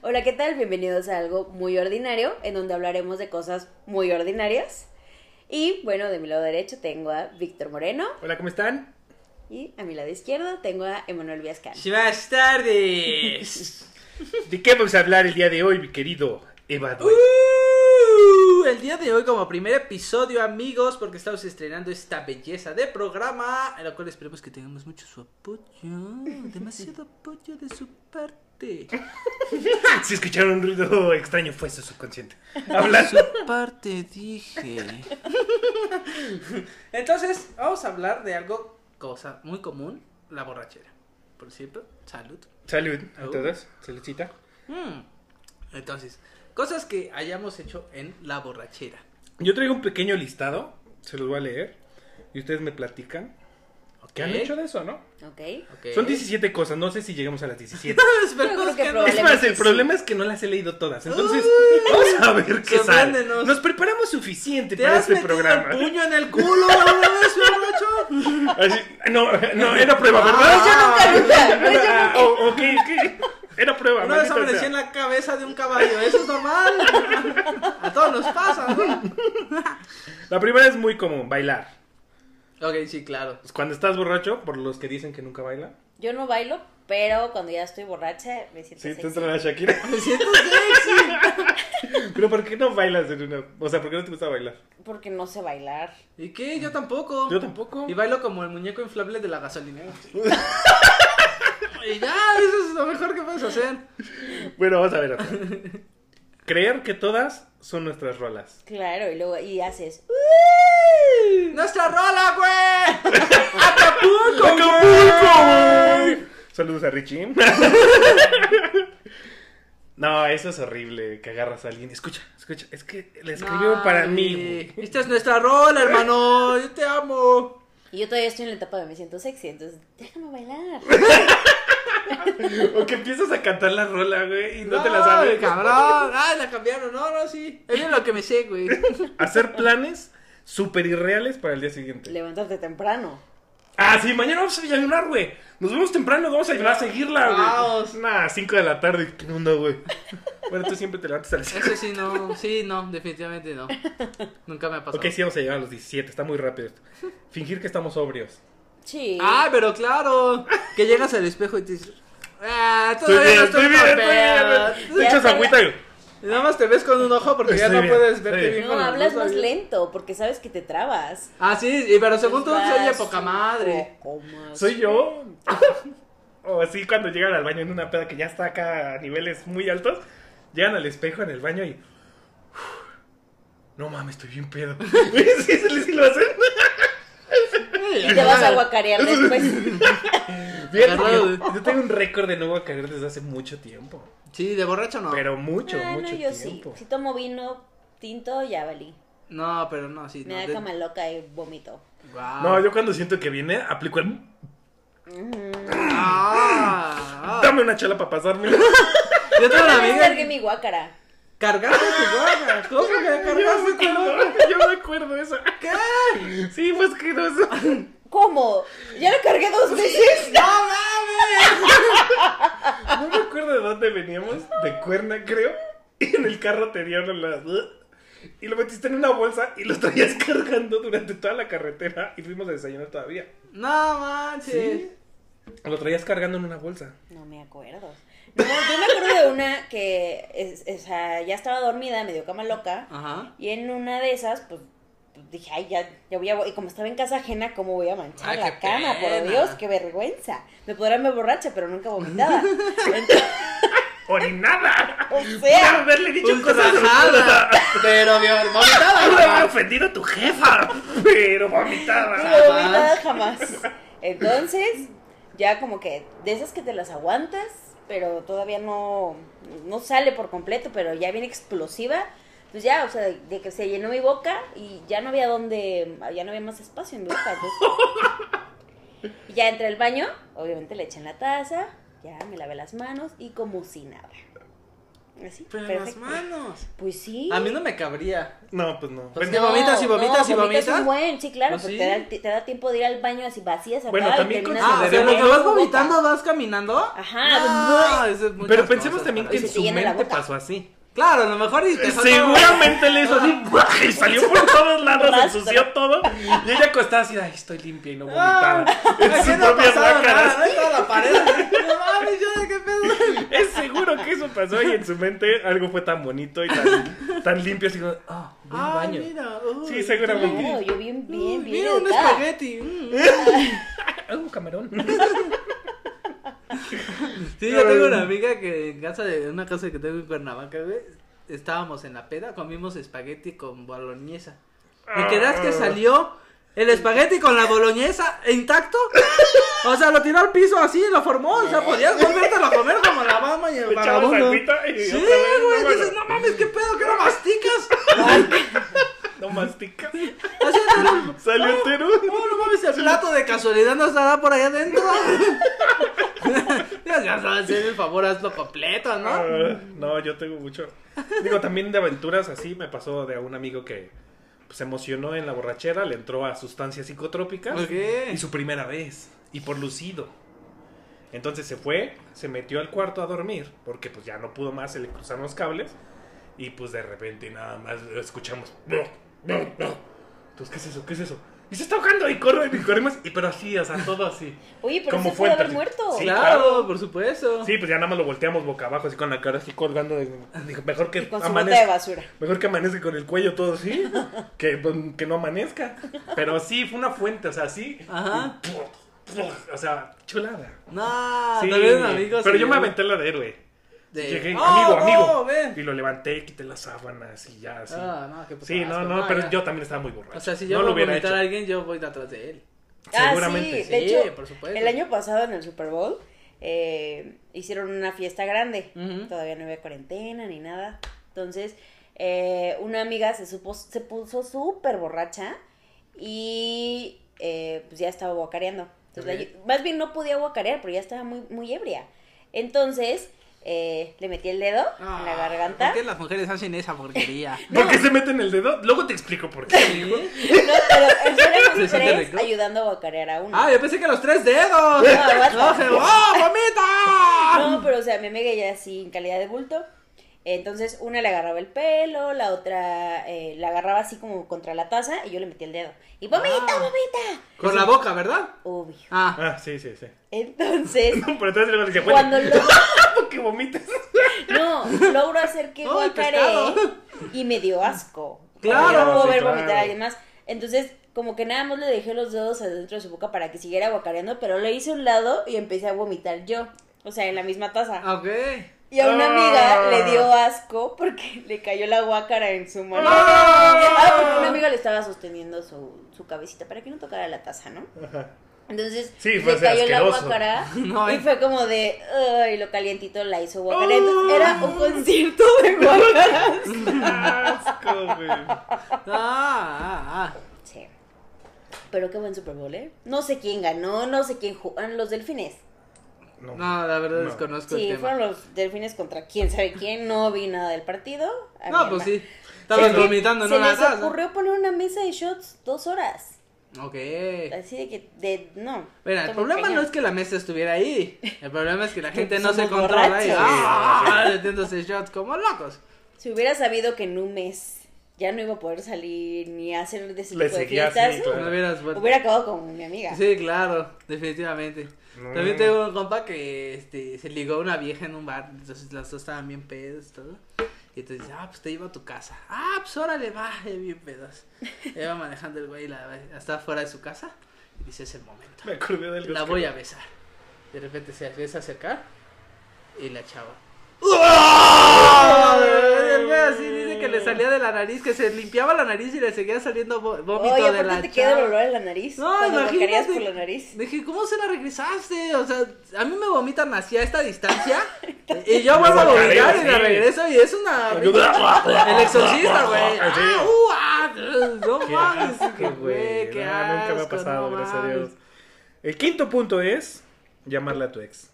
Hola, ¿qué tal? Bienvenidos a algo muy ordinario, en donde hablaremos de cosas muy ordinarias. Y bueno, de mi lado derecho tengo a Víctor Moreno Hola, ¿cómo están? y a mi lado izquierdo tengo a Emanuel Viascán. Buenas tardes. ¿De qué vamos a hablar el día de hoy, mi querido Eva Dueñas? Uh, el día de hoy como primer episodio amigos porque estamos estrenando esta belleza de programa en la cual esperemos que tengamos mucho su apoyo, demasiado apoyo de su parte, Si escucharon un ruido extraño, fue su subconsciente. Hablando. parte dije. Entonces vamos a hablar de algo cosa muy común, la borrachera. Por cierto, salud. Salud Oh. a todos. Saludcita. Mm. Entonces, cosas que hayamos hecho en la borrachera. Yo traigo un pequeño listado, se los voy a leer. Y ustedes me platican. ¿Qué han Ok. hecho de eso, no? ¿Ok? Ok. Son 17 cosas, no sé si llegamos a las 17. Esperemos Yo creo que no. Es Probablemente más, el sí. problema es que no las he leído todas. Entonces, Uy. vamos a ver qué sale. Sorpréndenos. Nos preparamos suficiente Te para has este metido programa. el puño en el culo, ¿no ves, borracho? Así, no, no, era prueba, ¿verdad? yo Ah, nunca, nunca, no, yo Ah, o- ok, ok. Era prueba, Una vez maldita apareció sea. en la cabeza de un caballo, eso es normal. A todos nos pasa, ¿no? La primera es muy común, bailar. Ok, sí, claro. Pues Cuando estás borracho, por los que dicen que nunca baila. Yo no bailo, pero cuando ya estoy borracha me siento Sí, sexy. te entra la Shakira. Me siento sexy. Pero ¿por qué no bailas en una...? O sea, ¿por qué no te gusta bailar? Porque no sé bailar. ¿Y qué? Yo tampoco. Yo tampoco. Y bailo como el muñeco inflable de la gasolinera. y ya, eso es lo mejor que puedes hacer. Bueno, vamos a ver otra. Creer que todas son nuestras rolas. Claro, y luego, y haces... "Uh", ¡Nuestra rola, güey! ¡Acapulco, güey! ¡Acapulco, güey! Saludos a Richie. No, eso es horrible, que agarras a alguien. Escucha, escucha, es que la escribió para Ay, mí, güey. Esta es nuestra rola, hermano. Yo te amo. Y yo todavía estoy en la etapa de me siento sexy, entonces déjame bailar. O que empiezas a cantar la rola, güey, y no, te la Ay, sabes. cabrón. Ay, la cambiaron. No, no, sí. Es de lo que me sé, güey. Hacer planes súper irreales para el día siguiente. Levantarte temprano. Ah, sí, mañana vamos a desayunar, güey. Nos vemos temprano, vamos a ayudar a seguirla, güey. Vamos. Nah, 5 de la tarde, ¿qué onda, güey? Bueno, tú siempre te levantas a las 5. Eso sí, no. Sí, no. Definitivamente no. Nunca me ha pasado. Ok, sí, vamos a llegar a los 17, está muy rápido esto. Fingir que estamos sobrios. Sí. Ah, pero claro. Que llegas al espejo y te dices. Ah, todavía no estoy tan pedo. Te Ya echas está. agüita, güey. Y Nada más te ves con un ojo porque ya Estoy no bien, puedes estoy verte bien. bien. No, con los hablas dos más ojos. lento porque sabes que te trabas. Ah, sí, y- pero según tú, Vas se oye poca un madre. poco más. Soy yo. O así cuando llegan al baño en una peda que ya está acá a niveles muy altos, llegan al espejo en el baño y. No mames, estoy bien pedo. sí, sí, sí lo hacen. Y te vas a guacarear después. Fíjate Agarrado, que ¿eh? yo tengo un récord de no guacarear desde hace mucho tiempo. Sí, de borracho no. Pero mucho, Ah, mucho no, yo tiempo. sí. Si tomo vino tinto, ya valí. No, pero no, sí. Me no, da de- cama loca y vomito. Guau. No, yo cuando siento que viene, aplico el. Ah, ah. Dame una chala para pasarme. Yo tengo una Una vez amiga. cargué mi guácara. Cargaste tu guaca. ¿Cómo que cargaste tu guaca? Yo me acuerdo eso. ¿Qué? Sí, pues fue asqueroso. ¿Cómo? ¿Ya la cargué dos veces? ¡No mames! No me acuerdo de dónde veníamos, de cuerna creo, y en el carro te dieron las... Y lo metiste en una bolsa y lo traías cargando durante toda la carretera y fuimos a desayunar todavía. No manches. Lo traías cargando en una bolsa. No me acuerdo. No, yo me acuerdo de una que es- o sea, ya estaba dormida, me dio cama loca. Ajá. Y en una de esas, pues pues, dije, ay, ya, ya voy a. Y como estaba en casa ajena, ¿cómo voy a manchar Ay, la Ah, qué cama? Por pena. Dios, qué vergüenza. Me podrán ver borracha, pero nunca vomitada. Entonces, ¡Orinada! o Por sea, pues, haberle dicho cosas Ultrajada. Pero bien, vomitada. Pude haber ofendido a tu jefa, pero vomitada. digo, vomitada jamás. Entonces, ya como que de esas que te las aguantas, pero todavía no, no sale por completo, pero ya bien explosiva. Pues ya, o sea, de, de que se llenó mi boca y ya no había donde, ya no había más espacio en mi boca. pues. Y ya entré al baño, obviamente le eché en la taza, ya me lavé las manos y como si nada. Así, Pero en las perfecto. manos. Pues sí. A mí no me cabría. No, pues no. Pues Bueno, te vomitas y vomitas y vomitas. un buen, sí, claro, Pues porque sí. te, da, te da tiempo de ir al baño así vacías. Bueno, acá, y también terminas Ah, o sea, en- lo que consideremos- vas vomitando vas caminando. Ah, Ajá. eso es muchas Pero pensemos cosas también para que pues, se en te su llena la mente boca. pasó así. Claro, a lo mejor y te salta- Seguramente le hizo Ah. así y salió por todos lados, se Rastro. ensució todo. Y ella acostada así, ay, estoy limpia y no vomitaba. Ah, en aquí su no ha propia pasado nada, guácara. ¿no? Toda la pared. No mames, ya, qué pedo. Es seguro que eso pasó y en su mente algo fue tan bonito y tan, tan limpio, así como, ah, voy al Ah, baño. mira, uy. Sí, seguramente. Claro, yo bien, bien, Uy, bien. Mira, un educada. espagueti. mm. Ah, un camarón. Sí, yo tengo una amiga que en casa de una casa que tengo en Cuernavaca, güey, estábamos en la peda, comimos espagueti con boloñesa. Ah. ¿Y creerás que salió el espagueti con la boloñesa intacto? O sea, lo tiró al piso así, lo formó, o sea, podías volvértelo a comer como la mamá y Le el echabas vagabundo. agüita y Sí, otra vez, güey, vámonos. dices, no mames, qué pedo, que no masticas. No mastica. Así era, Salió entero. no, no mames, el plato de casualidad no estará por allá adentro. ya, ya sabes, en el favor, hazlo completo, ¿no? Ah, no, yo tengo mucho. Digo, también de aventuras así me pasó de a un amigo que pues, se emocionó en la borrachera, le entró a sustancias psicotrópicas Ok. y su primera vez y por lucido. Entonces se fue, se metió al cuarto a dormir porque pues ya no pudo más, se le cruzaron los cables y pues de repente nada más escuchamos no, no, no. Entonces, ¿qué es eso? ¿Qué es eso? Y se está ahogando y corren y corremos y pero así, o sea, todo así. Oye, pero Como se pudo haber fuente. muerto. Sí, claro, claro. por supuesto. Sí, pues ya nada más lo volteamos boca abajo así con la cara así colgando. de- dijo, mejor que Y con su amanezca- bota de basura. Mejor que amanezca con el cuello todo así, que, pues, que no amanezca. Pero sí, fue una fuente, o sea, sí. Ajá. Y ¡puf! ¡puf! O sea, chulada. No, Sí, también Ah, un amigo. pero se yo me llevó aventé la de héroe. de- Llegué, ¡Oh, amigo, no, amigo. ven! Y lo levanté, quité las sábanas y ya, así. Ah, no, qué puto sí, no, asco. no, pero ya. yo también estaba muy borracho. O sea, si yo no voy lo a hubiera vomitar hecho. a alguien, yo voy detrás de él. Seguramente, Ah, sí, sí. de hecho, por supuesto. el año pasado en el Super Bowl eh, hicieron una fiesta grande. Ujú. Todavía no había cuarentena ni nada. Entonces, eh, una amiga se, supo, se puso súper borracha y eh, pues ya estaba guacareando. Entonces, la- más bien no podía guacarear, pero ya estaba muy, muy ebria. Entonces, eh, le metí el dedo en la Ah, garganta. ¿Por qué las mujeres hacen esa porquería? ¿Por qué se meten el dedo? Luego te explico por qué. ¿Sí? No, pero fueron ¿Se los siente tres rico? ayudando a guacarear a uno. Ah, yo pensé que los tres dedos. No, what the- No, se- ¡Oh, vomita! No, pero o sea, mi amiga ya así en calidad de bulto. Entonces, una le agarraba el pelo, la otra eh, la agarraba así como contra la taza y yo le metí el dedo. Y vomita, Ah. vomita. Con la boca, ¿verdad? Obvio. Ah. Ah, sí, sí, sí. Entonces, No, pero entonces luego le decía, bueno, cuando lo, porque vomites. no, logro hacer que Ay, guacaree pescado. y me dio asco. Claro. Yo no puedo Sí, ver claro. vomitar a alguien más. Entonces, como que nada más le dejé los dedos adentro de su boca para que siguiera guacareando, pero le hice a un lado y empecé a vomitar yo. O sea, en la misma taza. Ok. Y a una Ah. amiga le dio asco porque le cayó la guácara en su mano. Ah, porque una amiga le estaba sosteniendo su, su cabecita para que no tocara la taza, ¿no? Entonces Sí, fue le cayó la asqueroso. guácara No, eh. y ay. fue como de, ay, lo calientito la hizo guácara. Ah. Entonces era un concierto de guácaras. Asco, güey. Ah, ah, ah. Sí. Pero qué buen Super Bowl, ¿eh? No sé quién ganó, no sé quién jugó. Los delfines. No, No, la verdad No. desconozco el Sí, tema. fueron los delfines contra quién sabe quién. No vi nada del partido. A mi No, pues hermana. sí. Estabas Es que vomitando, se no la les taza. ocurrió poner una mesa de shots dos horas. Ok. Así de que, de, no. Mira, el Está muy problema cañón. no es que la mesa estuviera ahí. El problema es que la gente no se somos controla y borrachos. ¡ah! metiéndose shots como locos. Si hubiera sabido que en un mes ya no iba a poder salir ni hacer de ese Le tipo de seguía fiestas, así, ¿no? claro. No hubieras vuelto. hubiera acabado con mi amiga. Sí, claro, definitivamente. No. También tengo un compa que este, se ligó a una vieja en un bar, entonces las dos estaban bien pedos y todo. Y entonces, ah, pues te llevo a tu casa. Ah, pues órale, va, eh, bien pedos. Iba manejando el güey la- hasta fuera de su casa. Y dice, es el momento. Me acordé de algo. La voy a besar. De repente se empieza a acercar y la chava. Ah, Fue así, dice que le salía de la nariz, que se limpiaba la nariz y le seguía saliendo vó- vómito Oye, de la aparte te queda el chava. olor en la nariz. No, cuando lo imagínate. querías por la nariz. Dije, ¿cómo se la regresaste? O sea, a mí me vomitan así a esta distancia. y yo Me vuelvo a guacareo, vomitar y la sí. regreso y es una. El exorcista, güey. Sí. Ah, uh, ah, no Qué mames. asco, güey. Qué No, nunca me ha asco, pasado, no gracias a mames. Dios. El quinto punto es llamarle a tu ex.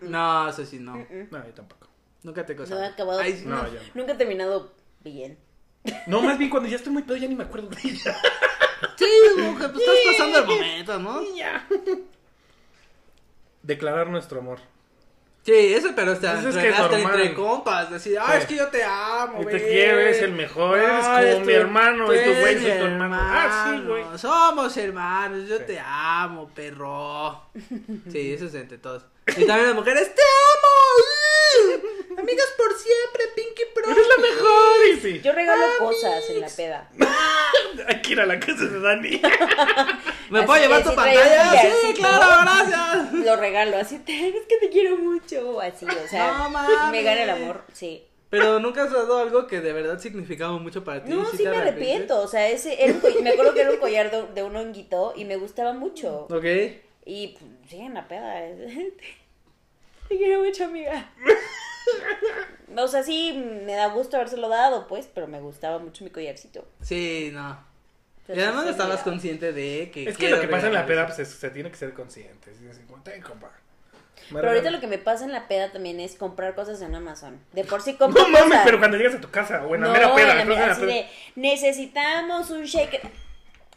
No, eso sí, no. No, yo tampoco. Nunca te he No acosado. he acabado. Ay, sí. No, no, yo Nunca he terminado bien. No, más bien cuando ya estoy muy pedo ya ni me acuerdo de ella. Sí, como que, pues, estás pasando el momento, ¿no? Ya. Declarar nuestro amor. Sí, eso, pero o sea, Eso Pues es entre- que es hasta normal. entre compas, decir, ah, Sí. es que yo te amo, Y te güey. quiero, eres el mejor, eres como tu- mi hermano, tú y tu güey, eres soy tu hermano. Ah, sí, güey. hermano, Somos hermanos, yo Sí. te amo, perro. Sí, eso es entre todos. Y también las mujeres, te amo. ¡uh! Amigas por siempre, Pinky Pro. Eres la mejor, y sí. Yo regalo Ah, cosas en la peda. Hay que ir a la casa de Dani. ¿Me Así puedo llevar que tu sí traía un pantalla? Sí, villancico. claro, gracias. Lo regalo así, te, es que te quiero mucho. Así, o sea, No mames. me gana el amor. Sí. Pero nunca has dado algo que de verdad significaba mucho para ti. No, te sí me arrepientes? arrepiento. O sea, ese era un coll- me acuerdo que era un collar de, de un honguito y me gustaba mucho. Ok. Y pues, sí, en la peda. es- Te, te quiero mucho, amiga. O sea, sí, me da gusto habérselo dado, pues, pero me gustaba mucho mi collarcito. Sí, no. Y Entonces, además no sí, estabas mira. consciente de que. Es que lo que pasa en la peda, pues, es- se tiene que ser consciente. Es decir, como, "Ten, compa. Pero ahorita lo que me pasa en la peda también es comprar cosas en Amazon. De por sí compro No mames, cosas. pero cuando llegas a tu casa o en la No, mera en peda, la no mera- en la así peda. de, necesitamos un shaker.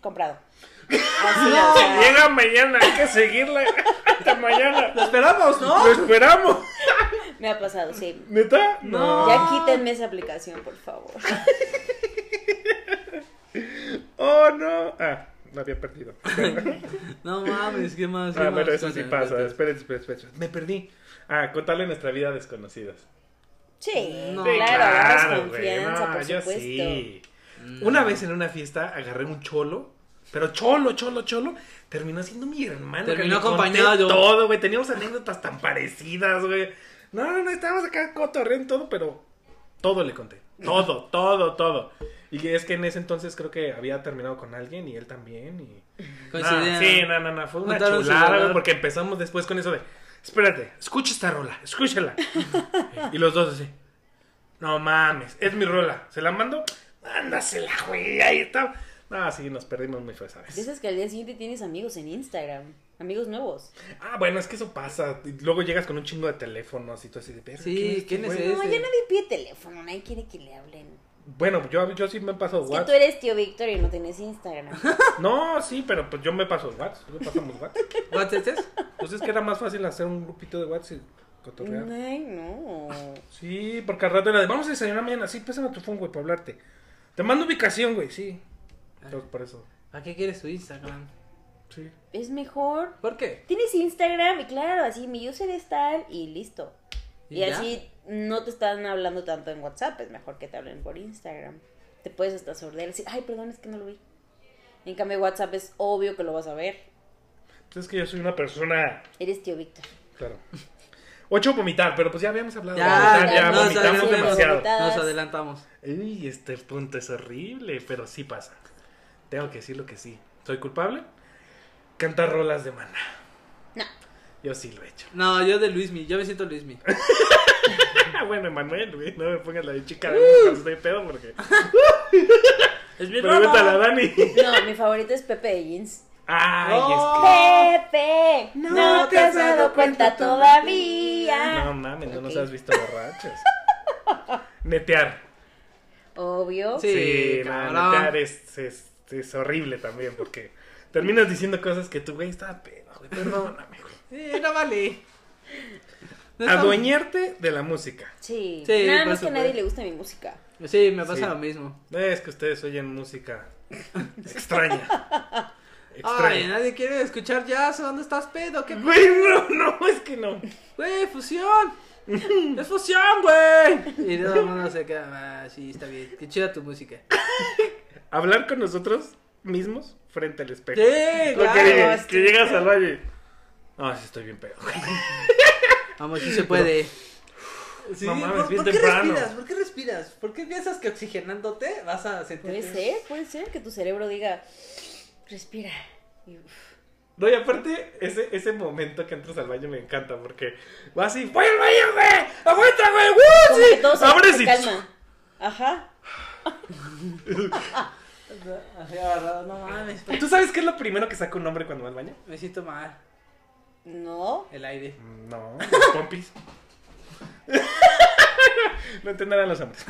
Comprado. Así, o sea, Llega mañana, hay que seguirla hasta mañana. Lo esperamos, ¿no? Lo esperamos. me ha pasado, sí. ¿Neta? No. Ya quítenme esa aplicación, por favor. Oh, no. Ah, lo había perdido. No mames, ¿qué más? ¿Qué Ah, más? pero eso sí Cuéntame, pasa. cuéntame. Espérense, espérense, espérense. Me perdí. Ah, contarle nuestra vida a desconocidas. Sí, No. claro, agarras güey, confianza, no, por yo supuesto. Mm. sí. Una vez en una fiesta agarré un cholo, pero cholo, cholo, cholo, terminó siendo mi hermano. que Terminó le conté acompañado. Todo, güey, teníamos anécdotas tan parecidas, güey. No, no, no, estábamos acá cotorreando todo, pero todo le conté. Todo, todo, todo. Y es que en ese entonces creo que había terminado con alguien y él también y... Coincidieron. No, Ah, sí, no, no, no, fue una Juntaron su chulada, güey, valor. porque empezamos después con eso de, espérate, escucha esta rola, escúchala. y los dos así, no mames, es mi rola, ¿se la mando? Mándasela, güey, ahí está. No, sí, nos perdimos muy feo, ¿sabes? Dices que al día siguiente tienes amigos en Instagram, amigos nuevos. Ah, bueno, es que eso pasa, y luego llegas con un chingo de teléfonos y todo así de, "Verga, Sí, este ¿quién es güey?". ese? No, ya nadie pide teléfono, nadie quiere que le hablen. Bueno, yo, yo sí me paso Es que WhatsApp. tú eres tío Víctor y no tienes Instagram. No, sí, pero pues yo me paso WhatsApp, yo pasamos WhatsApp. ¿What's this? Entonces que era más fácil hacer un grupito de WhatsApp y cotorrear. Ay, no. Sí, porque al rato era de, vamos a desayunar mañana, sí, pésame tu phone, güey, para hablarte. Te mando ubicación, güey, sí. Entonces, por eso, ¿Para qué quieres tu Instagram? sí. Es mejor. ¿Por qué? Tienes Instagram y claro, así mi user es tal y listo. Y, ¿Y ya? así no te están hablando tanto en WhatsApp, es mejor que te hablen por Instagram. Te puedes hasta sordear y decir, ay, perdón, es que no lo vi. En cambio, WhatsApp es obvio que lo vas a ver. Entonces Pues es que yo soy una persona, Eres tío Víctor. claro. Ocho, vomitar, pero pues ya habíamos hablado de Ya, vomitar, ya, ya, no, vomitamos sabemos, demasiado. vomitar. Dadas. Nos adelantamos. Uy, este punto es horrible, pero sí pasa. Tengo que decir lo que sí. ¿Soy culpable? Cantar rolas de maná. No. Yo sí lo he hecho. No, yo de Luismi, yo me siento Luismi. Ah, bueno, Manuel, güey, no me pongas la de chica de cuando estoy pedo porque... Uh. Es mi Pregúntale a rola. Dani. No, mi favorito es Pepe de Jeans. Ay, es que... Pepe, no, te has dado cuenta No todavía. mames, no nos Ok. has visto borrachos. Netear. Obvio. Sí, no, cabrón. netear es, es- es horrible también porque terminas diciendo cosas que tu güey estaba pedo, güey. Perdóname, güey. Sí, no vale. No está- Adueñarte de la música. Sí. Sí, Nada por más que a nadie supuesto. le gusta mi música. Sí, me pasa Sí. lo mismo. Es que ustedes oyen música extraña. Ay, Extraña. nadie quiere escuchar jazz. ¿Dónde estás pedo? ¿Qué Güey, no, no, es que no. Güey, fusión. es fusión, güey. Y todo el mundo se queda. Ah, sí, está bien. Qué chida tu música. Hablar con nosotros mismos frente al espejo. Sí, Lo que, claro. que llegas al valle. Ah, sí, estoy bien pedo. Vamos, sí se puede. Sí, No mames, ¿por, bien por qué temprano. respiras? ¿Por qué respiras? ¿Por qué piensas que oxigenándote vas a sentir? Puede ser, puede ser que tu cerebro diga, respira. Y, uf. No, y aparte, ese, ese momento que entras al baño me encanta porque vas y ¡Voy al baño, güey! ¡Aguanta, güey! ¡Woo! Como que Sí! todo se- ¡Abres se y calma. Ajá. Así agarrado, no mames. pues, ¿Tú sabes qué es lo primero que saca un hombre cuando va al baño? Me siento mal. No. El aire. No, los pompis. No entenderán los hombres.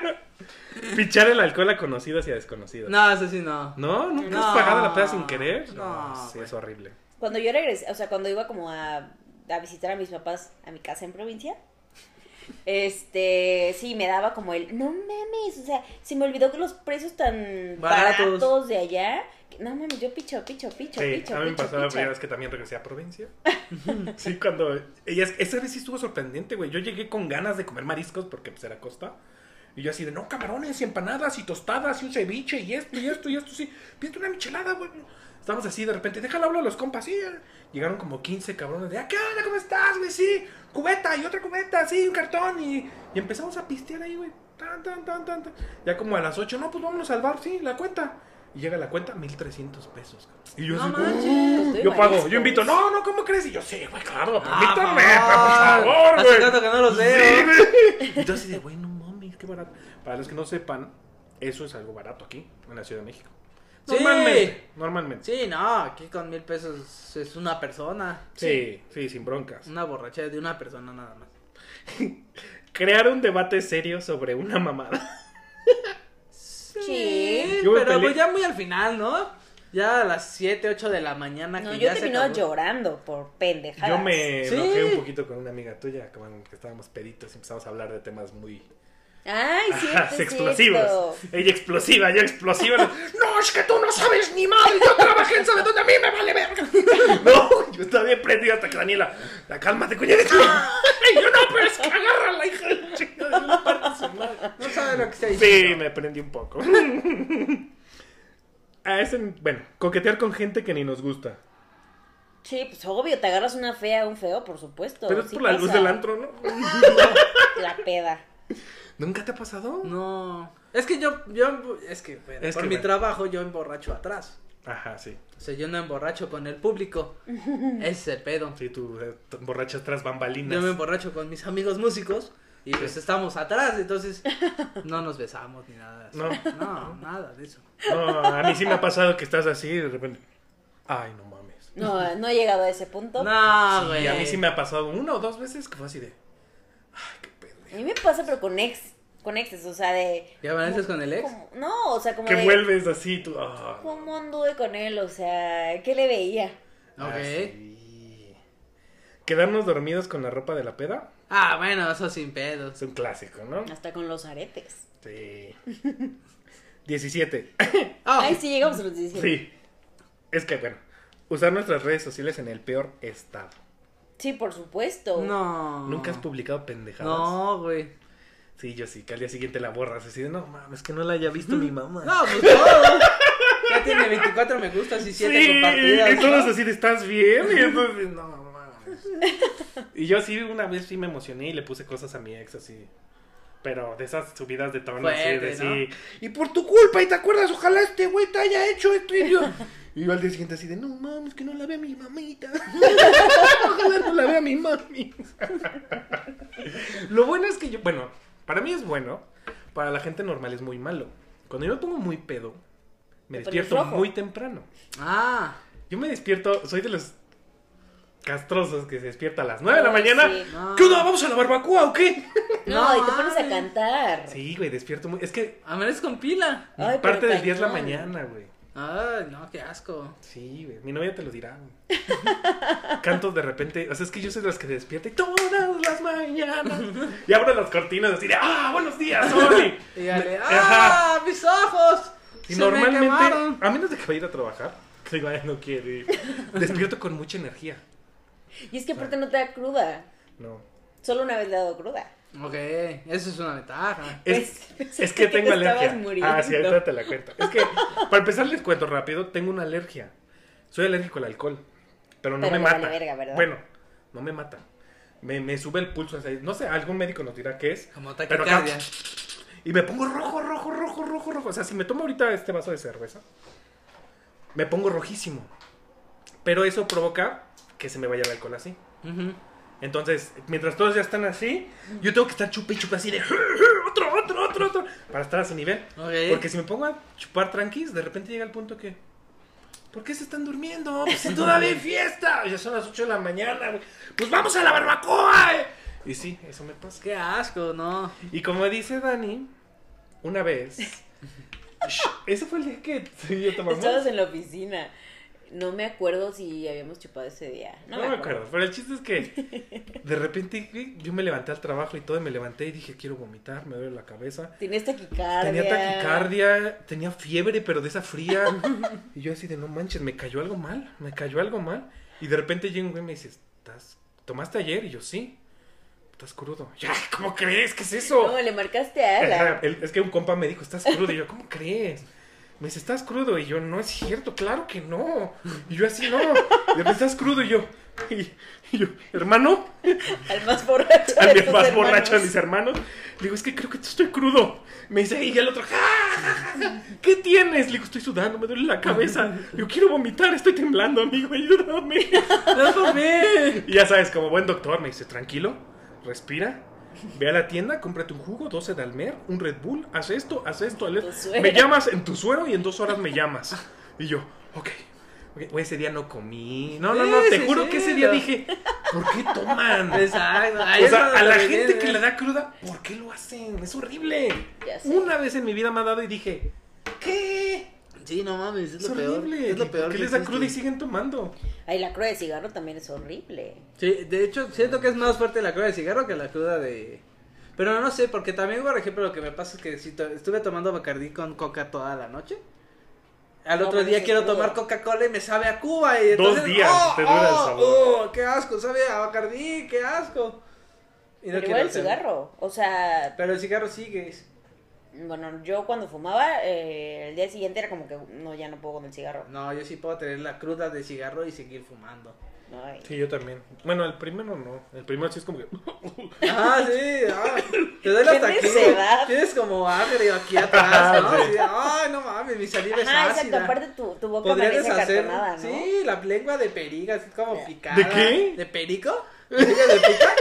Pichar el alcohol a conocidos y a desconocidos. No, eso sí, no. ¿No? ¿Nunca No. has pagado la peda sin querer? No, No, sí, güey. es horrible. Cuando yo regresé, o sea, cuando iba como a, a visitar a mis papás a mi casa en provincia, este, sí, me daba como el, no mames, o sea, se me olvidó que los precios tan Baratos. baratos, de allá, que- no mames, yo picho, picho, picho, Sí, picho, a mí me picho, pasó la picho. primera vez que también regresé a Provincia. sí, cuando... Ella, esa vez sí estuvo sorprendente, güey. Yo llegué con ganas de comer mariscos porque pues era costa. Y yo así de, no, camarones y empanadas y tostadas y un ceviche y esto y esto y esto. Sí, pídete una michelada, güey. Estamos así de repente, déjalo hablar a los compas, sí. eh. Llegaron como 15 cabrones de, ah, ¿qué onda? ¿Cómo estás, güey? Sí, cubeta y otra cubeta, sí, un cartón. Y, y empezamos a pistear ahí, güey. Tan, tan, tan, tan, tan. Ya como a las 8, no, pues vámonos al bar, sí, la cuenta. Y llega la cuenta, 1300 pesos. Y yo No así, manches. "Uh, Pues, de yo pago, mariscos. yo invito, no, no, ¿cómo crees? Y yo, sí, güey, claro, Ah, permítame, favor. por favor, Hace güey. rato que no los veo. Sí, güey. Y yo así de, güey, no mames, qué barato. Para los que no sepan, eso es algo barato aquí, en la Ciudad de México. Sí. Normalmente, normalmente. Sí, no, aquí con mil pesos es una persona. Sí, sí, sin broncas. Una borrachera de una persona nada más. Crear un debate serio sobre una mamada. Sí. Yo me pero peleé. pues ya muy al final, ¿no? Ya a las 7, 8 de la mañana. No, que yo ya se terminaba acabó. llorando por pendejadas. Yo me Sí. enojé un poquito con una amiga tuya, como que estábamos peditos y empezamos a hablar de temas muy Ay, sí, Ajá, es cierto. explosivos. Ella explosiva, yo explosiva. No, es que tú no sabes ni madre. Yo trabajé en sabe dónde a mí me vale verga. No, yo estaba bien prendido hasta que Daniela, la cálmate, cuñadita. Y yo no, pero es que agarra la hija de chica de la parte de su madre. No sabe lo que se dice. Sí, me prendí un poco. A ese, bueno, coquetear con gente que ni nos gusta. Sí, pues obvio, te agarras una fea, un feo, por supuesto. Pero es sí por la luz pasa. del antro, ¿no? La peda. ¿Nunca te ha pasado? No. Es que yo, yo, es que, bueno, Es por que, mi bueno. trabajo yo emborracho atrás. Ajá, sí. O sea, yo no emborracho con el público. Ese es el pedo. Sí, tú eh, t- borrachas tras bambalinas. Yo me emborracho con mis amigos músicos y pues estamos atrás, entonces no nos besamos ni nada de eso. No. No, nada de eso. No, a mí sí me ha pasado que estás así y de repente. Ay, no mames. No, no he llegado a ese punto. No, güey. Y a mí sí me ha pasado una o dos veces que fue así de. Ay, qué A pendejo. mí me pasa, pero con ex. Con exes, o sea, de. ¿Y amaneces con el ex? como- no, o sea, como. Que de, vuelves así tú. ah. ¿Cómo anduve con él? O sea, ¿qué le veía? Ok. Ah, Así. Quedarnos dormidos con la ropa de la peda Ah, bueno, eso sin pedos. es un clásico, ¿no? Hasta con los aretes. Sí. 17. Ah, Ay, sí, llegamos a los 17. Sí. Sí. Es que, bueno, usar nuestras redes sociales en el peor estado. por supuesto. No. Nunca has publicado pendejadas. No, güey. Sí, yo sí, que al día siguiente la borras. Así de, no mames, que no la haya visto mi mamá. No, pues todo. Ya tiene 24 me gustas y 7 compartidas. y todos ¿no? así de, ¿estás bien? Y entonces, no, mames. Y yo sí, una vez sí me emocioné y le puse cosas a mi ex así. Pero de esas subidas de tono, así, de Fuerte, ¿no? así, Y por tu culpa, ¿y te acuerdas? Ojalá este güey te haya hecho esto y yo. Y yo al día siguiente así de, no mames, que no la vea mi mamita. Ojalá no la vea mi mami. Lo bueno es que yo, bueno, para mí es bueno, para la gente normal es muy malo. Cuando yo me pongo muy pedo, me Te pones despierto rojo. muy temprano. Ah, Yo me despierto, soy de los castrosos que se despierta a las 9 de la Ay, mañana. sí. no. ¿Qué onda? ¿Vamos a la barbacoa o qué? No, No, y te pones ay. a cantar. Sí, güey, despierto muy. Es que Amaneces con pila. Ay, pero parte del día es la cañón. mañana, güey. Ay, no, qué asco. Sí, güey. Mi novia te lo dirá. güey. Canto de repente. O sea, es que yo soy de los que se despierta y todas las mañanas. Y abro las cortinas y diré, ¡ah, buenos días, Oli! Y dale, Ajá. ¡ah, mis ojos! Y se me quemaron. normalmente, a menos de que vaya a ir a trabajar, que digo, "Ay, no quiero ir. Despierto con mucha energía. Y es que aparte no te da cruda. No. Solo una vez le ha dado cruda. Ok, eso es una ventaja. Es, Pues, es pensé que que tengo te estabas alergia. muriendo. Ah, sí, ahorita te la cuento. Es que, para empezar, les cuento rápido, tengo una alergia. Soy alérgico al alcohol, pero no Pero me le mata. vale verga, ¿verdad? Bueno, no me mata. Me, me sube el pulso. o sea, no sé, algún médico nos dirá qué es. Como pero taquicardia. acá- y me pongo rojo, rojo, rojo, rojo, rojo. O sea, si me tomo ahorita este vaso de cerveza, me pongo rojísimo. Pero eso provoca que se me vaya el alcohol así. Ujú. Entonces, mientras todos ya están así, yo tengo que estar chupe y chupe así de otro, otro, otro, otro, para estar a su nivel. Ok. Porque si me pongo a chupar tranquis, de repente llega el punto que. ¿Por qué se están durmiendo? Pues si todavía hay fiesta. Ya son las 8 de la mañana, güey. Pues vamos a la barbacoa. eh. Y sí, eso me pasa. Qué asco, ¿no? Y como dice Dani, una vez. Shh, ese fue el día que tú y yo tomamos. Estabas en la oficina. No me acuerdo si habíamos chupado ese día. No, me acuerdo, pero el chiste es que de repente güey, yo me levanté al trabajo y todo, y me levanté y dije, quiero vomitar, me duele la cabeza. Tenías taquicardia. Tenía taquicardia, tenía fiebre, pero de esa fría. y yo así de, no manches, me cayó algo mal, me cayó algo mal. Y de repente llega un güey y me dice, "¿Estás- ¿tomaste ayer? Y yo, sí. Estás crudo. Ya, ¿cómo crees? ¿Qué es eso? No, le marcaste a Ajá, Ala. el- es que un compa me dijo, estás crudo. Y yo, ¿cómo crees? Me dice, ¿estás crudo? Y yo, no es cierto, claro que no. Y yo, así no. Y yo, estás crudo. Y yo, y, y yo hermano, Al más borracho. de al tus más borracho de hermanos. mis hermanos. Le digo, es que creo que estoy crudo. Me dice, y el otro, "Ja, ja, ja, ja, ¿qué tienes? Le digo, estoy sudando, me duele la cabeza. Le digo, quiero vomitar, estoy temblando, amigo, ayúdame. ¡Déjame! Y ya sabes, como buen doctor, me dice, tranquilo, respira, ve a la tienda, cómprate un jugo, 12 de almer, un Red Bull, haz esto, haz esto, haz tu esto". suero. me llamas en tu suero y en dos horas me llamas. Y yo, ok. ok, güey, ese día no comí. No, no, no, Sí, te sí, juro sí, que ese día no. dije, ¿por qué toman? Exacto. ahí O es sea, donde a la viene, gente que ¿no? le da cruda, ¿por qué lo hacen? Es horrible. Ya sé. Una vez en mi vida me ha dado y dije, ¿qué? Sí, no mames, es Es lo peor. horrible. Es lo peor. este ¿Por qué que les da existe. cruda y siguen tomando? Ay, la cruda de cigarro también es horrible. Sí, de hecho, siento que es más fuerte la cruda de cigarro que la cruda de... Pero no sé, porque también, por ejemplo, lo que me pasa es que si to- estuve tomando Bacardí con coca toda la noche. Al No, otro pero día sí quiero cruda. tomar Coca-Cola y me sabe a Cuba. Y entonces, días ¡oh, te dura el oh, sabor. oh, ¡Qué asco! Sabe a Bacardí, qué asco. Y no Pero quiero igual el hacer- cigarro. O sea, Pero el cigarro sigue. bueno, yo cuando fumaba, eh, el día siguiente era como que no, ya no puedo con el cigarro. No, yo sí puedo tener la cruda de cigarro y seguir fumando. Ay. Sí, yo también. Bueno, el primero no. El primero sí es como que. Ah, sí, ah, te doy la Qué necedad. taquilla. Tienes como agrio aquí atrás, ¿no? Sí. Así de, Ay, no mames, mi saliva es Ajá, ácida. exacto. Aparte, tu, tu boca Podría parece deshacer. cartonada, ¿no? Sí, la lengua de periga, así como picada. ¿De qué? ¿De perico? ¿Periga de pica?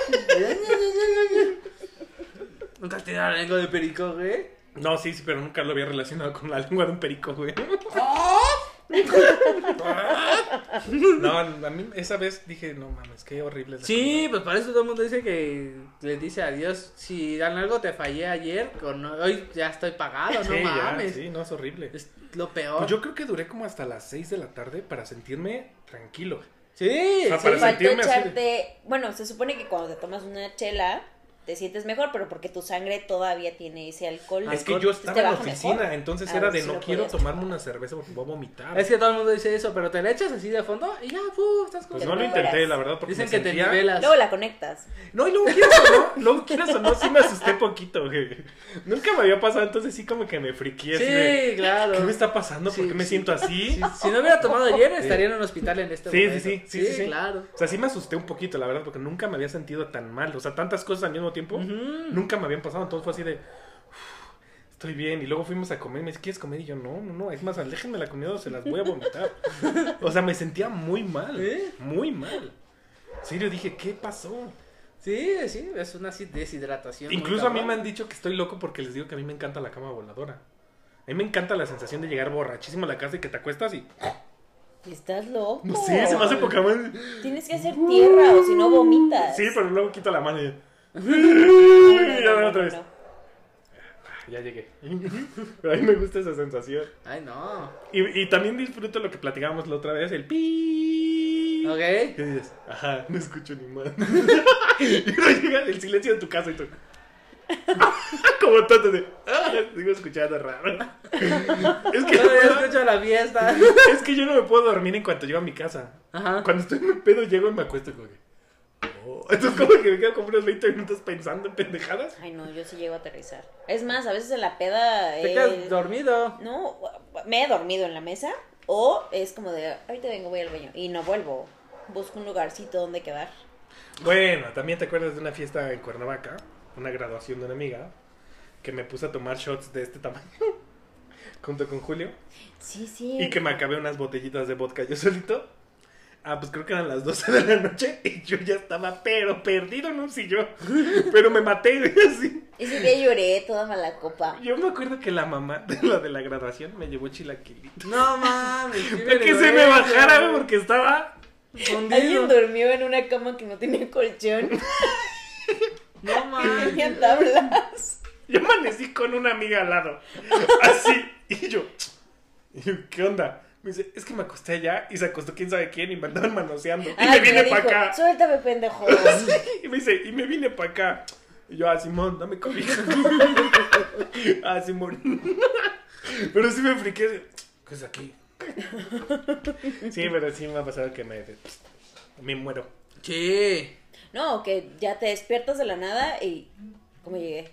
Nunca has tenido la lengua de perico, güey. No, sí, sí, pero nunca lo había relacionado con la lengua de un perico, güey. ¿Ah? No, a mí esa vez dije, no mames, qué horrible. es la Sí, pues para eso todo el mundo dice que les dice adiós. Si dan algo, te fallé ayer. Con... Hoy ya estoy pagado, comida. no Sí, ya, mames. sí, no, es horrible. Es lo peor. Pues yo creo que duré como hasta las 6 de la tarde para sentirme tranquilo. Sí, Ah, sí. para Faltó sentirme así de- echarte. Bueno, se supone que cuando te tomas una chela te sientes mejor, pero porque tu sangre todavía tiene ese alcohol. Ah, Es que yo Alcohol, te estaba en la baja oficina, mejor. entonces A Ah, era ver de si no lo quiero podías tomarme una cerveza porque voy a vomitar. Es que todo el mundo dice eso, pero te la echas así de fondo y ya, ¡puf! Estás Pues te no lo nivelas. intenté, la verdad, porque Dicen me que te sentía- nivelas. Luego la conectas. No, y luego quieras o no, luego quieras o no, sí me asusté poquito, güey. Nunca me había pasado, entonces sí como que me friqué. así de, Sí, claro. ¿Qué me está pasando? ¿Por Sí, qué me sí. siento así? Si, si no hubiera tomado ayer, estaría en un hospital en este Sí, sí, momento. sí, sí, sí, sí. claro. O sea, sí me asusté un poquito, la verdad, porque nunca me había sentido tan mal. O sea, tantas cosas al mismo tiempo Ujú. nunca me habían pasado. Entonces fue así de, "Uf, estoy bien. Y luego fuimos a comer. Me dice, ¿quieres comer? Y yo, no, no, no. Es más, aléjenme la comida o se las voy a vomitar. o sea, me sentía muy mal. ¿Eh? Muy mal. En Serio, dije, ¿qué pasó? Sí, sí, es una así deshidratación. Incluso a mí me muy cabrón. han dicho que estoy loco porque les digo que a mí me encanta la cama voladora. A mí me encanta la sensación de llegar borrachísimo a la casa y que te acuestas y. Estás loco. No sé, se me hace Pokémon. Tienes que hacer tierra o si no vomitas. Sí, pero luego quito la mano y. No, no, ya, no, otra no, vez. no. ya llegué. Pero a mí me gusta esa sensación. Ay, no. Y, y también disfruto lo que platicábamos la otra vez, el pi. Ok. ¿Qué dices? Ajá, no escucho ni más. y luego llega el silencio de tu casa y tú. Como tonto de. "Ah, sigo escuchando raro. es, que, Todavía escucho la fiesta. es que yo no me puedo dormir en cuanto llego a mi casa. Ajá. Cuando estoy en pedo, llego y me acuesto como que. "Oh". Entonces, como que me quedo como unos 20 minutos pensando en pendejadas. Ay, no, yo sí llego a aterrizar. Es más, a veces en la peda. Te eh, quedas dormido. no, me he dormido en la mesa. O es como de, ahorita vengo, voy al baño. Y no vuelvo. Busco un lugarcito donde quedar. Bueno, también te acuerdas de una fiesta en Cuernavaca, una graduación de una amiga, que me puse a tomar shots de este tamaño junto con Julio Sí, sí. y que me acabé unas botellitas de vodka yo solito. Ah, pues creo que eran las 12 de la noche y yo ya estaba, pero perdido en un sillón. Pero me maté, güey, así. Ese día lloré toda mala copa. Yo me acuerdo que la mamá de la de la graduación me llevó chilaquilito. No mames. qué Para que se me vergüenza, bajara, güey, güey. porque estaba Fundido. Alguien durmió en una cama que no tenía colchón. mames. Tenía tablas. Yo amanecí con una amiga al lado. Así. Y yo, y yo, ¿qué onda? Me dice, es que me acosté allá y se acostó quién sabe quién y me andaban manoseando. Y me Ay, vine Ah, dijo, para acá. Suéltame, pendejo. Y me dice, y me vine para acá. Y yo, ah, Simón, dame comida. ah, Simón. pero sí me friqué. de, ¿Qué es aquí? sí, pero sí me ha pasado que me... Me muero. Sí. No, que ya te despiertas de la nada y. ¿Cómo llegué?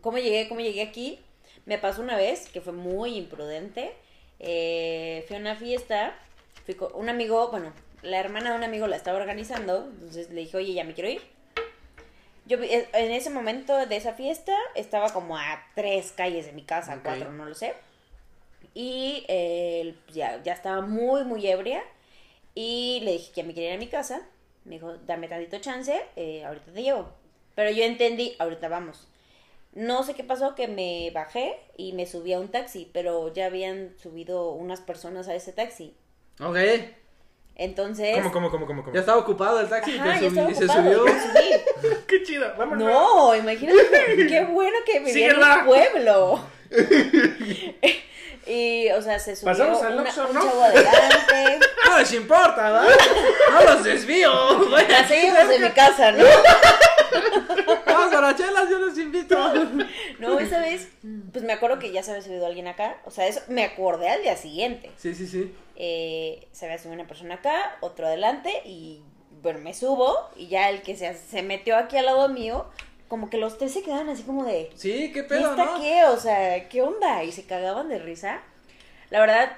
¿Cómo llegué? ¿Cómo llegué aquí? Me pasó una vez que fue muy imprudente. Eh, fui a una fiesta. Fui con un amigo, bueno, la hermana de un amigo la estaba organizando. Entonces le dije, oye, ya me quiero ir. Yo vi- eh, en ese momento de esa fiesta estaba como a tres calles de mi casa, Ok. cuatro, no lo sé. Y eh, ya, ya estaba muy, muy ebria. Y le dije que ya me quería ir a mi casa. Me dijo, dame tantito chance, eh, ahorita te llevo. Pero yo entendí, ahorita vamos. No sé qué pasó, que me bajé y me subí a un taxi, pero ya habían subido unas personas a ese taxi. Ok. Entonces... ¿Cómo, cómo, cómo, cómo? cómo? Ya estaba ocupado el taxi y Ajá, te ya subí- estaba y se ocupado, subió. yo me subí. ¡Qué chida! ¡Vámonos! No, imagínate, qué bueno que vivía en Síguela. un pueblo. y, o sea, se subió Pasamos al una- Oxxo, un ¿no? chavo adelante. No les importa, ¿verdad? No los desvío. Voy a Así desde mi casa, ¿no? Vamos a las chelas, yo los invito. No, esa vez, pues me acuerdo que ya se había subido alguien acá. O sea, eso me acordé al día siguiente. Sí, sí, sí. Eh, se había subido una persona acá, otro adelante y, bueno, me subo y ya el que se, se metió aquí al lado mío, como que los tres se quedaban así como de... Sí, qué ¿Y pedo, esta ¿no? qué? O sea, ¿qué onda? Y se cagaban de risa. La verdad,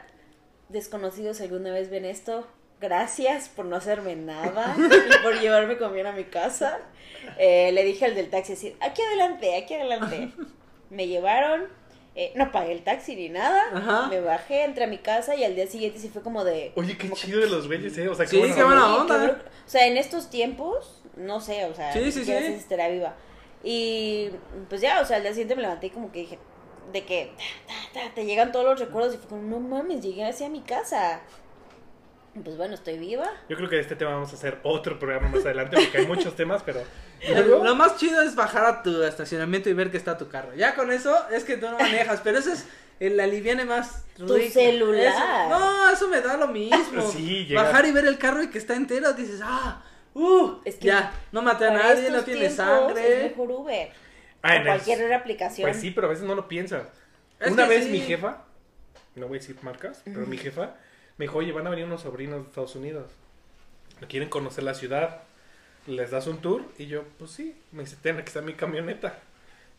desconocidos, alguna vez ven esto. Gracias por no hacerme nada, por llevarme con bien a mi casa. Eh, le dije al del taxi así, aquí adelante, aquí adelante. Me llevaron, eh, no pagué el taxi ni nada, Ajá. me bajé, entré a mi casa y al día siguiente sí fue como de... Oye, qué chido de los güeyes, ¿eh? O sea, Sí, qué bueno. qué buena Sí, onda. qué bru- O sea, en estos tiempos, no sé, o sea, Sí, ni sí, siquiera sí. sé si estará viva. Y pues ya, o sea, al día siguiente me levanté y como que dije, de que ta, ta, ta, te llegan todos los recuerdos y fue como, no mames, llegué hacia mi casa. Y, Pues bueno, estoy viva. Yo creo que de este tema vamos a hacer otro programa más adelante porque hay muchos temas, pero... Lo más chido es bajar a tu estacionamiento y ver que está tu carro. Ya con eso es que tú no manejas, pero eso es el aliviane más Tu rico. celular. Eso- no, eso me da lo mismo. Sí, llega. bajar y ver el carro y que está entero, dices, ah, uh, Es que ya, no maté a Para nadie, estos no tiene tiempos, Es sangre. mejor Uber. Ah, en o el- cualquier aplicación. Pues sí, pero a veces no lo piensas. Es Una que vez sí. mi jefa, no voy a decir marcas, pero mi jefa me dijo, oye, van a venir unos sobrinos de Estados Unidos. Me quieren conocer la ciudad. ¿Les das un tour? Y yo, pues sí. Me dice, ten, aquí está mi camioneta.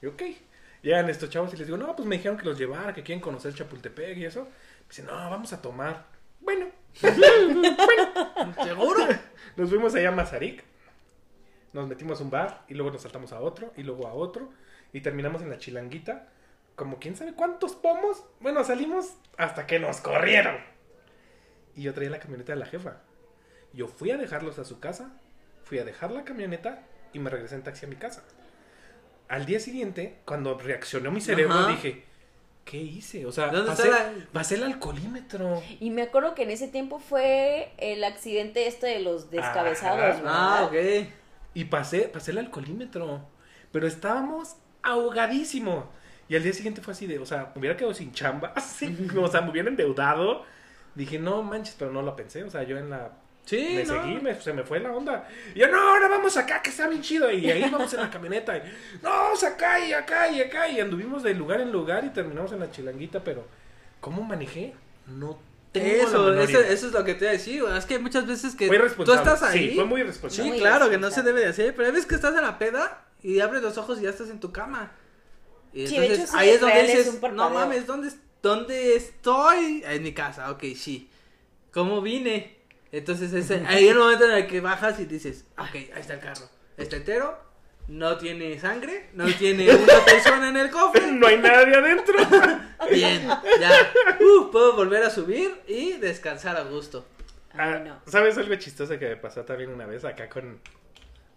Y ok. Llegan estos chavos y les digo, no, pues me dijeron que los llevara, que quieren conocer Chapultepec y eso. Me dice, no, vamos a tomar. Bueno, Seguro. nos fuimos allá a Mazarik. Nos metimos a un bar y luego nos saltamos a otro y luego a otro. Y terminamos en la chilanguita. Como quién sabe cuántos pomos. Bueno, salimos hasta que nos corrieron. Y yo traía la camioneta de la jefa. Yo fui a dejarlos a su casa. Fui a dejar la camioneta y me regresé en taxi a mi casa. Al día siguiente, cuando reaccionó mi cerebro, Ajá. dije, ¿qué hice? O sea, ¿Dónde pasé, está la- pasé el alcoholímetro. Y me acuerdo que en ese tiempo fue el accidente este de los descabezados, Ajá. ¿verdad? Ah, ok. Y pasé, pasé el alcoholímetro. Pero estábamos ahogadísimos. Y al día siguiente fue así de, o sea, me hubiera quedado sin chamba. Así, o sea, me hubiera endeudado. Dije, no manches, pero no lo pensé. O sea, yo en la. Sí, me no. seguí, me- se me fue la onda. Y yo, no, ahora vamos acá, que está bien chido. Y ahí vamos en la camioneta. Y, no, vamos acá y acá y acá. Y anduvimos de lugar en lugar y terminamos en la chilanguita. Pero, ¿cómo manejé? No tengo la Eso, menor eso, idea. eso es lo que te iba a decir, güey. Es que muchas veces que Fue tú irresponsable. estás ahí. Sí, fue muy Sí, irresponsable. Muy claro, que irresponsable. no se debe de hacer, pero ves que estás en la peda y abres los ojos y ya estás en tu cama. Y Sí, de entonces hecho, sí, ahí es donde real es dices, un parpadeo". no mames, ¿dónde, es- ¿dónde estoy? En mi casa, ok, sí. ¿Cómo vine? Entonces ese, ahí es el momento en el que bajas y dices, ok, ahí está el carro. Está entero, no tiene sangre, no tiene una persona en el cofre. No hay nadie adentro. Bien, ya. Uh, puedo volver a subir y descansar a gusto. Ay, Ah, no. ¿Sabes algo chistoso que me pasó también una vez acá con,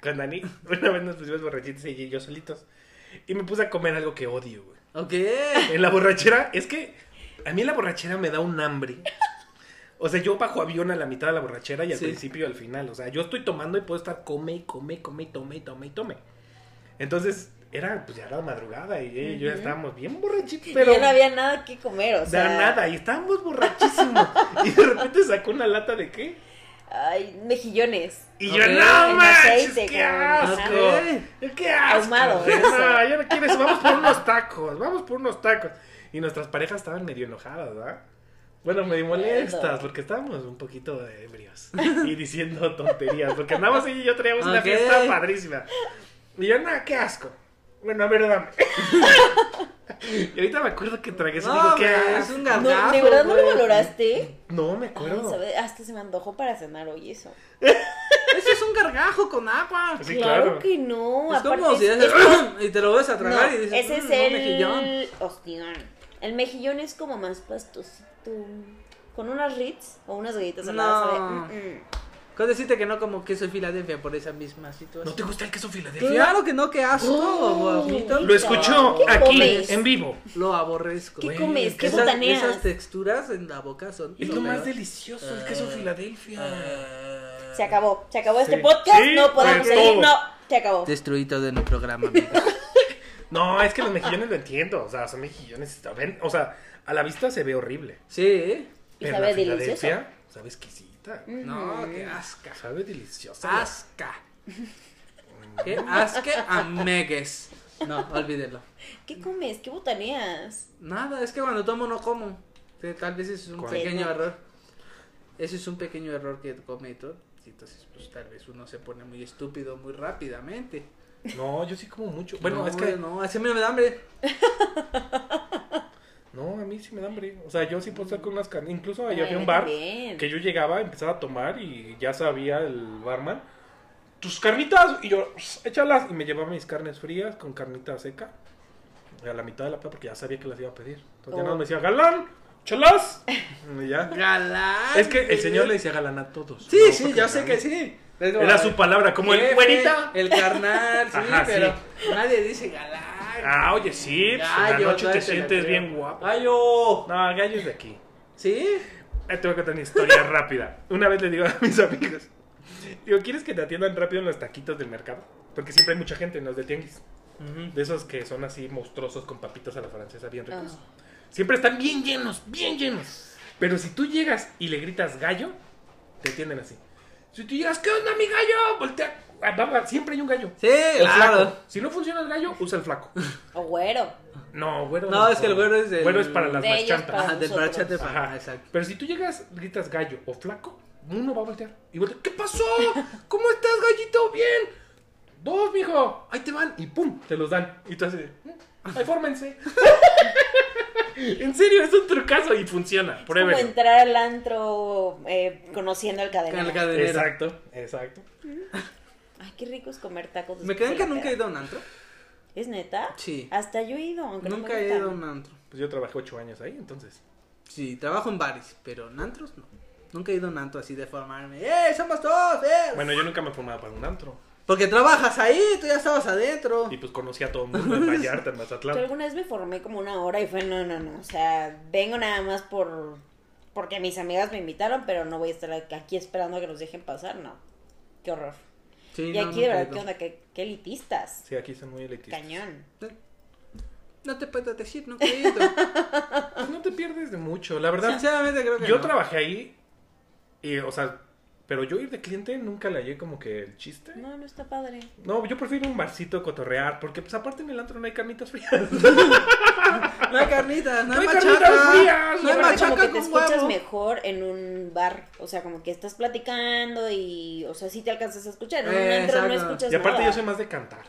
con Dani? Una vez nos pusimos borrachitos y yo solitos. Y me puse a comer algo que odio, güey. Ok. En la borrachera, es que a mí la borrachera me da un hambre. O sea, yo bajo avión a la mitad de la borrachera y al Sí. principio y al final. O sea, yo estoy tomando y puedo estar come, y come, come, y tome, y tome, y tome. Entonces, era pues ya la madrugada y ella y yo ya Ujú. estábamos bien borrachitos, Pero pero ya no había nada que comer, o sea. da nada, y estábamos borrachísimos. y de repente sacó una lata de qué? Ay, mejillones. Y Ok. yo, no En manches, aceite, qué cabrón. asco. Qué asco. Ahumado, güey. eso. No, yo no quiero eso. Vamos por unos tacos, vamos por unos tacos. Y nuestras parejas estaban medio enojadas, ¿verdad? Bueno, medio molestas, porque estábamos un poquito ebrios y diciendo tonterías, porque andamos ella y yo traíamos una Ok. fiesta padrísima. Y yo, nada, qué asco. Bueno, a ver, dame. y ahorita me acuerdo que tragué eso y digo, No, qué güey, es asco. un No, gargajo. ¿De verdad no lo güey. valoraste? No me Ay, acuerdo. sabe, Hasta se me antojó para cenar hoy eso. Eso es un gargajo con agua. Sí, claro, claro. que no. es aparte como si es- haces es- y te lo vuelves a tragar no, y dices, ese es "Mm, no, mejillón". el ostión. El mejillón es como más pastosito. Con unas Ritz o unas galletas al lado, No. sabe, mm, mm. Con decirte que no como queso Filadelfia por esa misma situación. ¿No te gusta el queso Filadelfia? Claro que no, que asco, Oh. guapito. Lo escuchó ¿Qué aquí, comes? en vivo. Lo aborrezco. ¿Qué güey. comes? ¿Qué esas, botaneas? Esas texturas en la boca son... Es lo más peor. delicioso, el queso Filadelfia. Ah. Se acabó. Se acabó este Sí. podcast. Sí, no podemos pues, seguir. todo. No, se acabó. Destruí todo en el programa. amigo. No, es que los mejillones lo entiendo. O sea, son mejillones. ven, O sea, a la vista se ve horrible. sí. ¿eh? Y Pero sabe la delicioso. Mm. Filadelfia sabe exquisita. No, qué asca. Sabe deliciosa. Asca. Qué asque amegues. No, olvídelo. ¿Qué comes? ¿Qué botaneas? Nada, es que cuando tomo no como. Que Tal vez ese es un Con- pequeño Sí, no. error. Ese es un pequeño error que cometo. y Entonces, pues tal vez uno se pone muy estúpido muy rápidamente. No, yo sí como mucho. Bueno, No, es que. No. No, así me da hambre. a mí sí me da hambre. O sea, yo sí puedo estar con unas canas. Incluso Ay, allá había a mí un bar también. que yo llegaba, empezaba a tomar y ya sabía el barman. Tus carnitas. Y yo, "Ps, échalas. Y me llevaba mis carnes frías con carnita seca. A la mitad de la plata porque ya sabía que las iba a pedir. Entonces ya Oh. no me decía, galán, échalas. Y ya. Galán. Es que el señor le decía galán a todos. Sí, No, sí, porque yo no sé era que mí. sí. Era su palabra, como el Jefe, güerita. El carnal, sí, Ajá, sí. pero nadie dice galán. Ah, oye, sí, pues, en Gallo, la noche te todavía se la sientes creo. bien guapo. Gallo. No, el gallo es de aquí. ¿Sí? Ahí te voy a contar una historia rápida. Una vez le digo a mis amigos, digo, ¿quieres que te atiendan rápido en los taquitos del mercado? Porque siempre hay mucha gente en los de tianguis. De esos que son así monstruosos con papitas a la francesa, bien Ah, ricos. Siempre están bien llenos, bien llenos. Pero si tú llegas y le gritas gallo, te atienden así. Si tú llegas, ¿qué onda, mi gallo? Voltea. Ah, va, va, Siempre hay un gallo. Sí, El claro. flaco. Si no funciona el gallo, usa el flaco. O güero. No, güero. No, es que el güero es del- Güero es para las De ellos, machantas. para- Ajá, del nosotros. brachate para. Ajá. Exacto. Pero si tú llegas, gritas gallo o flaco, uno va a voltear. Y voltea, ¿qué pasó? ¿Cómo estás, gallito? Bien. Dos, mijo. Ahí te van. Y pum, te los dan. Y tú haces, "Mm, ahí fórmense. en serio, es un trucazo y funciona. Es como Pruébelo. entrar al antro eh, conociendo al cadenero. Al cadenero. Exacto, exacto. Ay, qué rico es comer tacos. ¿Me después creen de que la nunca peda. he ido a un antro? ¿Es neta? Sí. Hasta yo he ido, aunque no me Nunca he gustan. ido a un antro. Pues yo trabajé ocho años ahí, entonces. Sí, trabajo en bares, pero en antros no. Nunca he ido a un antro así de formarme. ¡Eh, somos todos! ¡Eh! Bueno, yo nunca me formaba para un antro. Porque trabajas ahí, tú ya estabas adentro. Y pues conocí a todo el mundo en Vallarta, en Yo Mazatlán. alguna vez me formé como una hora y fue, no, no, no. O sea, vengo nada más por. Porque mis amigas me invitaron, pero no voy a estar aquí esperando a que nos dejen pasar, no. Qué horror. Sí, y no, aquí, de nunca he verdad, ido. ¿qué onda? ¿Qué, qué elitistas? Sí, aquí son muy elitistas. Cañón. No te puedo decir, nunca he ido. Pues no te pierdes de mucho, la verdad. Sinceramente creo que yo no. trabajé ahí y, o sea, pero yo ir de cliente nunca le hallé como que el chiste. No, no está padre. No, yo prefiero un barcito cotorrear, porque pues aparte en el antro no hay carnitas frías. No hay carnitas, no, No hay hay machaca. carnitas frías, no Y aparte como güey. hay que machaca te con escuchas huevo. mejor en un bar, o sea, como que estás platicando y, o sea, sí te alcanzas a escuchar, en un Eh, antro no exacto. escuchas y aparte nada. yo soy más de cantar.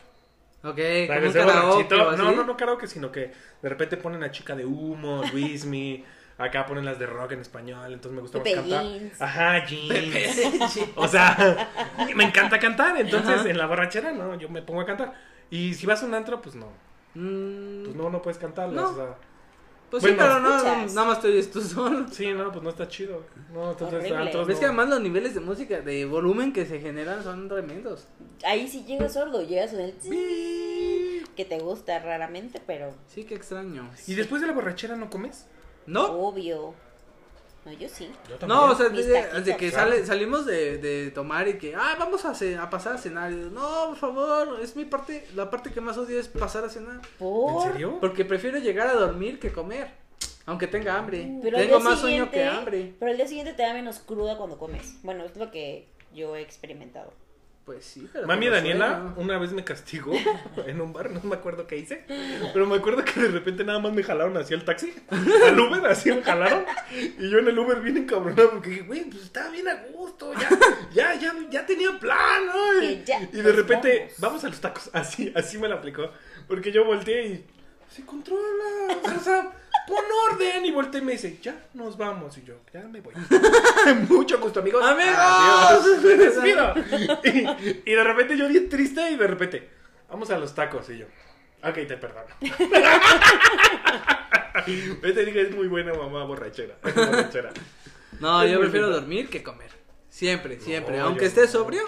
Ok, La como que un sea karaoke borrachito. o así. No, no, no karaoke, sino que de repente ponen a Chica de Humo, Luismi, acá ponen las de rock en español, entonces me gusta más Pepe cantar. Jeans. Ajá, jeans. O sea, me encanta cantar, entonces en la borrachera no, yo me pongo a cantar. Y si vas a un antro, pues no, Mm, pues no, no puedes cantarlas, No. o sea... pues sí, Bueno. pero no, no, Escuchas. nada más te oyes tú solo. Sí, no, pues no está chido. No, entonces Horrible. antros Ves no. que además los niveles de música, de volumen que se generan son tremendos. Ahí sí llegas sordo, llegas con el tss, que te gusta raramente, pero Sí, qué extraño. Oh, ¿Y después de la borrachera no comes? ¿No? obvio. No, yo sí. Yo No, o sea, Mis de, taquitos. de que Claro. sale- salimos de, de tomar y que, ah, vamos a, ce- a pasar a cenar. Y yo, no, por favor, es mi parte, la parte que más odio es pasar a cenar. ¿Por? ¿En serio? Porque prefiero llegar a dormir que comer, aunque tenga hambre. Pero al Tengo día más sueño que siguiente- hambre. Pero al día siguiente te da menos cruda cuando comes. Bueno, es lo que yo he experimentado. Pues sí, pero... Mami tengo Daniela sueño. una vez me castigó en un bar, no me acuerdo qué hice, pero me acuerdo que de repente nada más me jalaron hacia el taxi, al Uber, así me jalaron, y yo en el Uber bien encabronado porque dije, güey, pues estaba bien a gusto, ya, ya, ya, ya tenía plan, ¿no? Que ya, y de pues, repente, vamos. vamos. a los tacos, así, así me la aplicó, porque yo volteé y, se controla, o sea, o sea, pon orden, y volteé y me dice, ya, nos vamos, y yo, ya me voy. Mucho gusto, amigos. ¡Amigos! Adiós. Me despido. Y, y de repente yo bien triste y de repente, vamos a los tacos y yo. Ok, te perdono. Yo te dije, es muy buena mamá borrachera. borrachera. No, Es yo muy prefiero rico. dormir que comer. Siempre, siempre. yo Aunque no. esté sobrio,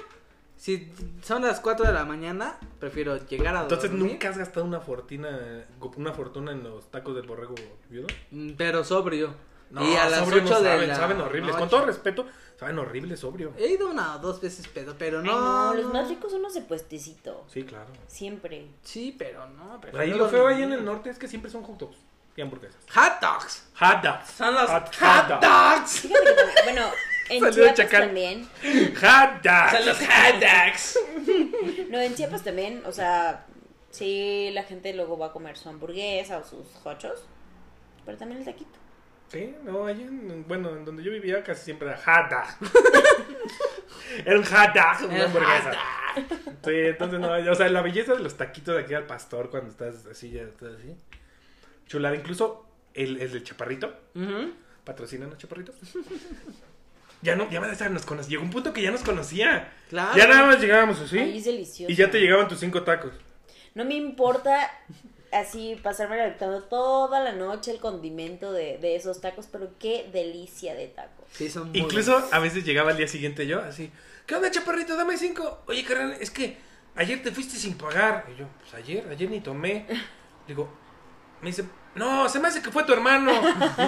si son las 4 de la mañana, prefiero llegar a Entonces, dormir. ¿nunca has gastado una fortuna, una fortuna en los tacos del borrego viudo? Mm, Pero sobrio. No, y a las sobrio 8 no de saben, la saben horribles. Con noche. Eh. todo respeto, saben horribles, sobrio. He ido una o dos veces pedo, pero Ay, no. no, los no. más ricos son los de puestecito. Sí, claro. Siempre. Sí, pero no. Pero Ahí lo feo ahí en el norte es que siempre son hot dogs y hamburguesas. Hot dogs. Hot dogs. Son los hot, Hot- hot Fíjate dogs. dogs. que también- bueno, en Saludos, Chiapas Chacal. también. Hot dogs. Son los hot dogs. No, en Chiapas también, o sea, sí, la gente luego va a comer su hamburguesa o sus hochos, pero también el taquito. Sí, no, allá en, bueno, en donde yo vivía casi siempre era hot dog. era un hot dog, una El hamburguesa. Sí, entonces no, o sea, la belleza de los taquitos de aquí al pastor cuando estás así, ya estás así. Chulada, incluso el, el del chaparrito, Ujú. patrocinan a chaparrito. Ya no, ya van a estar, nos conocía. Llegó un punto que ya nos conocía. Claro. Ya nada más llegábamos Ay, es así. delicioso. Y ya te llegaban tus cinco tacos. No me importa así pasarme aventando toda la noche el condimento de, de esos tacos, pero qué delicia de tacos. Sí, son muy Incluso a veces llegaba al día siguiente yo así, ¿qué onda chaparrito? Dame cinco. Oye, carnal, es que ayer te fuiste sin pagar. Y yo, pues ayer, ayer ni tomé. Digo, me dice, no, se me hace que fue tu hermano.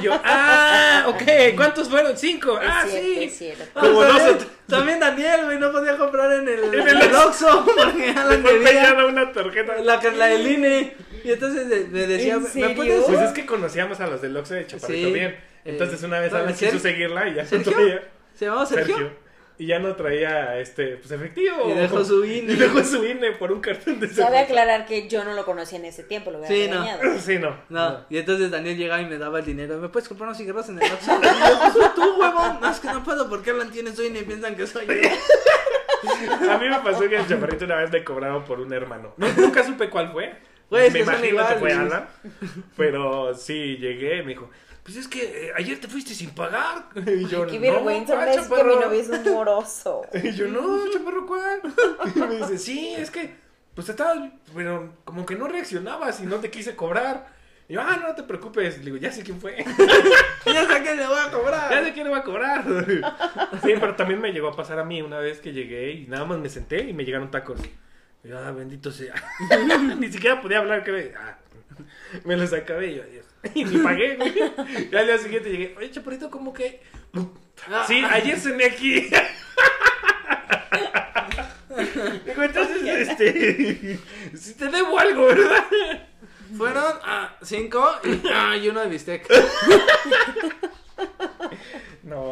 Y yo, ah, ok, ¿cuántos fueron? Cinco. Es Ah, cierto, es sí. cierto. buenos. Como Ah, dos o también, tres- también Daniel, güey, no podía comprar en el, En el en el Oxxo porque Alan Fue quería pegada Pues una tarjeta. la, que- la del INE. Y entonces de- me decía, ¿En ¿me serio? puedes...? Pues es que conocíamos a los del Oxxo de Chaparrito Sí. bien. Entonces Eh, una vez no, Alan ¿Sergio? quiso seguirla y ya no ¿Sergio? traía ¿Se llamaba Sergio? Sergio. Y ya no traía este, pues efectivo. Y dejó su INE. Y dejó su INE por un cartón de Cabe cerveza. aclarar que yo no lo conocía en ese tiempo, lo hubiera Sí, no. regañado. Sí, no. No, y entonces Daniel llegaba y me daba el dinero. ¿Me puedes comprar unos cigarros en el Oxxo? Y yo, "Pues, fue tú, huevón. No, es que no puedo porque Alan tiene su INE y piensan que soy yo. A mí me pasó que el chaparrito una vez me cobraron por un hermano. No, nunca supe cuál fue. Güey, es me que son imagino que fue iguales. Alan. Pero sí, llegué, me dijo, pues es que eh, ayer te fuiste sin pagar. Y yo, Qué no, vergüenza, ¿cuál, ahora es que chaparro?" mi novio es un moroso. Y yo, no, chaparro, ¿cuál? Y me dice, sí, es que, pues estabas, pero como que no reaccionabas y no te quise cobrar. Y yo, ah, no te preocupes. Le digo, ya sé quién fue. Ya sé que le voy a Ya cobrar. sé quién le va a cobrar. Sí, pero también me llegó a pasar a mí una vez que llegué y nada más me senté y me llegaron tacos. Y yo, ah, bendito sea. Ni siquiera podía hablar, creo. Ah, me los acabé y yo, adiós. Y ni pagué, güey. Y al día siguiente llegué, oye, chaparrito, ¿cómo que? Sí, ayer cené aquí. Digo, entonces, este. Si te debo algo, ¿verdad? Fueron ah, cinco y, ah, y uno de bistec. No.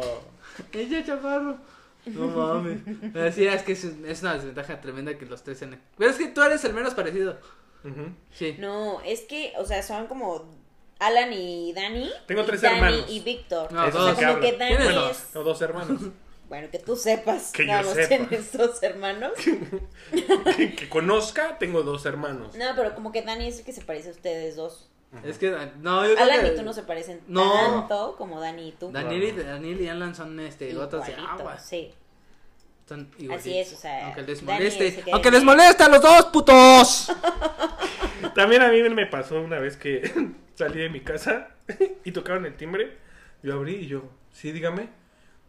Ella, chaparro. No mames. Me decía, es que es, es una desventaja tremenda que los tres sean. Pero es que tú eres el menos parecido. Ujú. Sí. No, es que, o sea, son como Alan y Dani. Tengo y tres Dani hermanos. y Víctor. No, o Eso sea, sí dos. como hablo. que Dani ¿Tienes? Bueno, es. no, dos hermanos. Bueno, que tú sepas. Que yo nada más sepa. tienes dos hermanos. que, que conozca, tengo dos hermanos. No, pero como que Dani es el que se parece a ustedes dos. Es que. ah, No, yo creo Alan que- y tú no se parecen No. tanto como Dani y tú. Daniel y, Daniel y Alan son este, gotas de Igualito, agua. Sí. Son Así igualitos. es, o sea, Aunque les Daniel se moleste. queda Aunque en- les moleste a los dos, putos. También a mí me pasó una vez que salí de mi casa y tocaron el timbre. Yo abrí y yo, sí, dígame.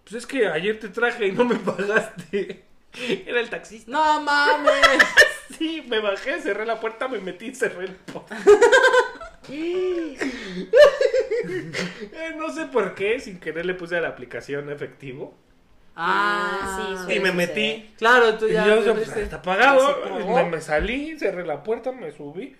Pues es que ayer te traje y no me pagaste. Era el taxista. No mames. Sí, me bajé, cerré la puerta, me metí y cerré el portón. Eh, no sé por qué, sin querer le puse a la aplicación efectivo. Ah, sí, Y sí. me sucede. metí. Claro, tú Y ya. yo, te pues, fuiste. está apagado. ¿Se apagó? Me, me salí, cerré la puerta, me subí.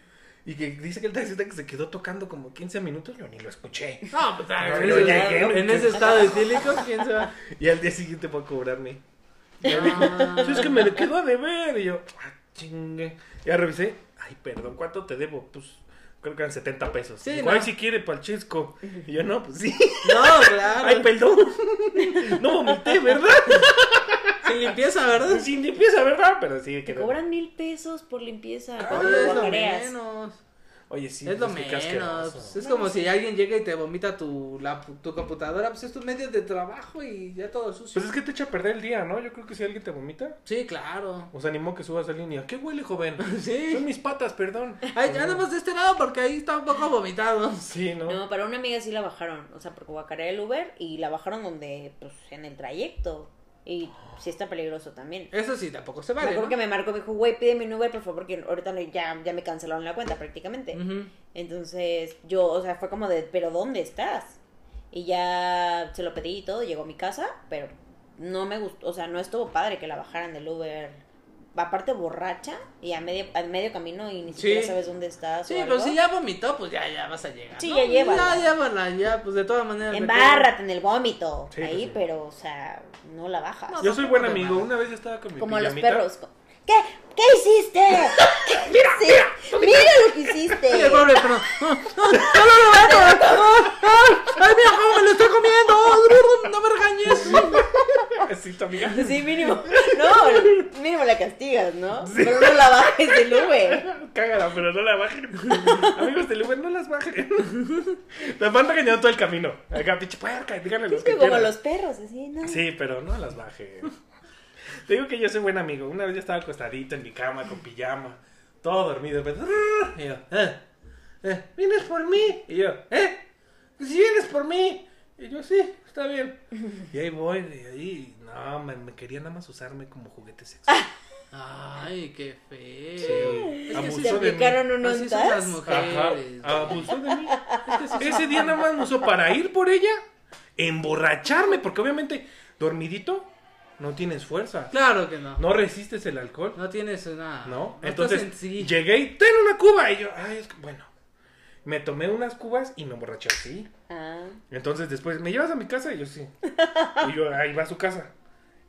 Y que dice que el taxista que se quedó tocando como 15 minutos, yo ni lo escuché. No, pues, ah, Pero en ese- llegué. en ese estado etílico, quién se va. Y al día siguiente fue a cobrarme. Y él dijo, Ah, "Sí, es que me le quedó de ver. Y yo, ah, chingue. Ya revisé. Ay, perdón, ¿cuánto te debo? Pues creo que eran 70 pesos. Sí, Igual no. si quiere pa'l chisco. Y yo, no, pues sí. No, claro. Ay, perdón. No vomité, ¿verdad? Sin limpieza, ¿verdad? Sin limpieza, ¿verdad? Pero sí, Te que cobran mil pesos por limpieza cuando Oye, lo Ah, es lo guacareas. menos. Oye, sí. es lo pues, qué menos. asqueroso. pues, es como si alguien llega y te vomita tu, la- tu computadora. Pues es tu medio de trabajo y ya todo sucio. Pues es que te echa a perder el día, ¿no? Yo creo que si alguien te vomita, Sí, claro. os animó que subas Pues a línea. ¿Qué huele, joven? Sí. Son mis patas, perdón. Ay, ya nada más de este lado porque ahí está un poco vomitado. Sí, ¿no? No, para una amiga sí la bajaron, o sea, porque guacareé el Uber y la bajaron donde, pues, en el trayecto. Y sí está peligroso también. Eso sí, tampoco se me vale. acuerdo ¿no? que me marcó, me dijo, güey, pídeme un Uber, por favor, porque ahorita no- ya, ya me cancelaron la cuenta prácticamente. Ujú. Entonces, yo, o sea, fue como de, pero ¿dónde estás? Y ya se lo pedí y todo, llegó a mi casa, pero no me gustó, o sea, no estuvo padre que la bajaran del Uber. Aparte borracha y a medio, a medio camino y ni Sí. siquiera sabes dónde estás. Sí, o pero algo. si ya vomitó, pues ya, ya vas a llegar. Sí, ¿no? ya llévala. Ya llévala, ya, pues de todas maneras. me pues Embárrate en el vómito. Sí, ahí, sí. pero, o sea, no la bajas. No, pues, Yo soy buen tampoco te amigo. mames. Una vez yo estaba con mi Como los pijamita. perros. co- ¿Qué? ¿Qué hiciste? ¿Qué hiciste? mira, lo que hiciste. Ay, el pobre, pero- ¡No, no, no, no, no! ¡Ay, mira cómo me lo está comiendo! Oh, ¡No me regañes! Sí, tu amiga. Sí, mínimo. No, mínimo la castigas, ¿no? Pero no la bajes del Uber. Cágala, pero no la bajen. Amigos del Uber, no las bajen. Las van regañando todo el camino. Acá, pinche puerca, díganle lo Es que que como quieran. los perros, así, ¿no? Sí, pero no las bajen. Te digo que yo soy buen amigo. Una vez yo estaba acostadito en mi cama, con pijama, todo dormido. de repente, "Ah", Y yo, "Eh, eh, ¿vienes por mí? Y yo, ¿eh? Si vienes por mí. Y yo, sí, está bien. Y ahí voy, y ahí, no, me, me quería nada más usarme como juguete sexual. Ay, qué feo. Sí. Es que sí Te Abusó de mí. aplicaron un Así son las ondas. Ajá, Ah. mujeres. abusó de mí. Ese día nada más me usó para ir por ella, emborracharme, porque obviamente, dormidito, no tienes fuerza. Claro que no. No resistes el alcohol. No tienes nada. ¿No? estás Entonces en sí. llegué y ten una cuba. Y yo, ay, es que, bueno. Me tomé unas cubas y me emborraché así. Ah, Entonces después, ¿me llevas a mi casa? Y yo sí. Y yo, ahí va a su casa.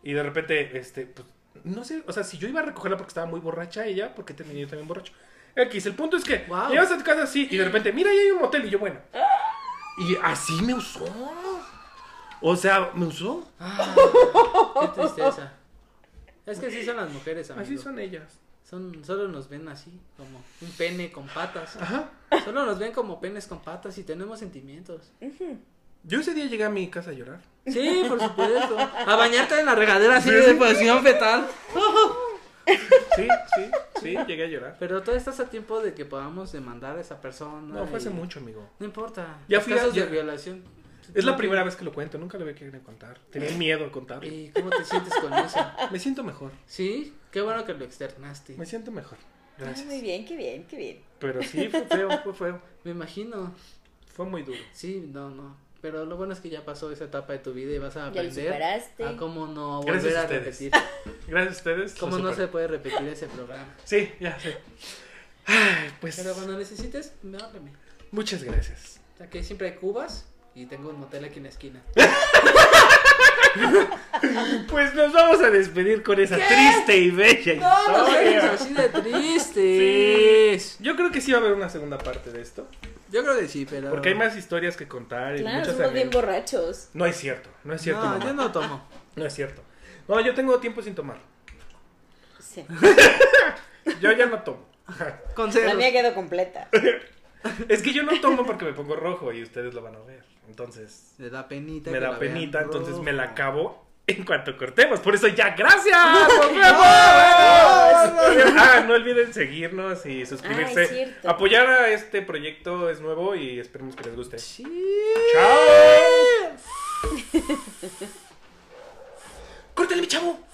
Y de repente, este, pues, no sé, o sea, si yo iba a recogerla porque estaba muy borracha ella, porque terminé yo también borracho. X, el punto es que Guau. llegas a tu casa así y de repente, mira, ahí hay un motel. Y yo, bueno. Y así me usó. O sea, me usó. Ah, qué tristeza. Es que así son las mujeres, amigo. Así son ellas. Son- solo nos ven así, como un pene con patas. Ajá. Solo nos ven como penes con patas y tenemos sentimientos. Yo ese día llegué a mi casa a llorar. Sí, por supuesto. A bañarte en la regadera así de pues, posición fetal. Sí, sí, sí, llegué a llorar. Pero todavía estás a tiempo de que podamos demandar a esa persona. No, fue hace y- mucho, amigo. No importa. Ya Los fui a- casos ya- de violación. Es la primera vez que lo cuento, nunca lo había querido contar. Tenía miedo a contarlo. ¿Y cómo te sientes con eso? Me siento mejor, Sí, qué bueno que lo externaste. me siento mejor. ah, muy Gracias. bien, qué bien, qué bien. Pero sí, fue feo, fue feo. Me imagino. Fue muy duro. Sí, no, no. Pero lo bueno es que ya pasó esa etapa de tu vida y vas a Ya lo aprender superaste. a cómo no Gracias volver a a ustedes. repetir. Gracias a ustedes. lo Cómo no se superé. puede repetir ese programa. Sí, ya sé. Ay, pues Pero cuando necesites, me háblame. muchas gracias. O sea, que siempre hay cubas y tengo un motel aquí en la esquina. Pues nos vamos a despedir con esa triste y bella No, no historia. seas así de tristes. Yo creo que Ah, sí va a haber una segunda parte de esto, Yo creo que sí, pero. porque hay más historias que contar y Claro, muchas somos bien anécdotas. borrachos. No es cierto, no es cierto, No, mamá. yo no tomo. no es cierto. No, yo tengo tiempo sin tomar. Sí. Yo ya no tomo. La Consejos. mía quedó completa. Es que yo no tomo porque me pongo rojo y ustedes lo van a ver. Entonces, Me da penita. me que da la vean penita, entonces me la rojo. acabo en cuanto cortemos. Por eso ya, gracias. Nos vemos. ah, no olviden seguirnos y Ah, es suscribirse. cierto. Apoyar a este proyecto es nuevo y esperemos que les guste. Sí. Chao. Córtale, mi chavo.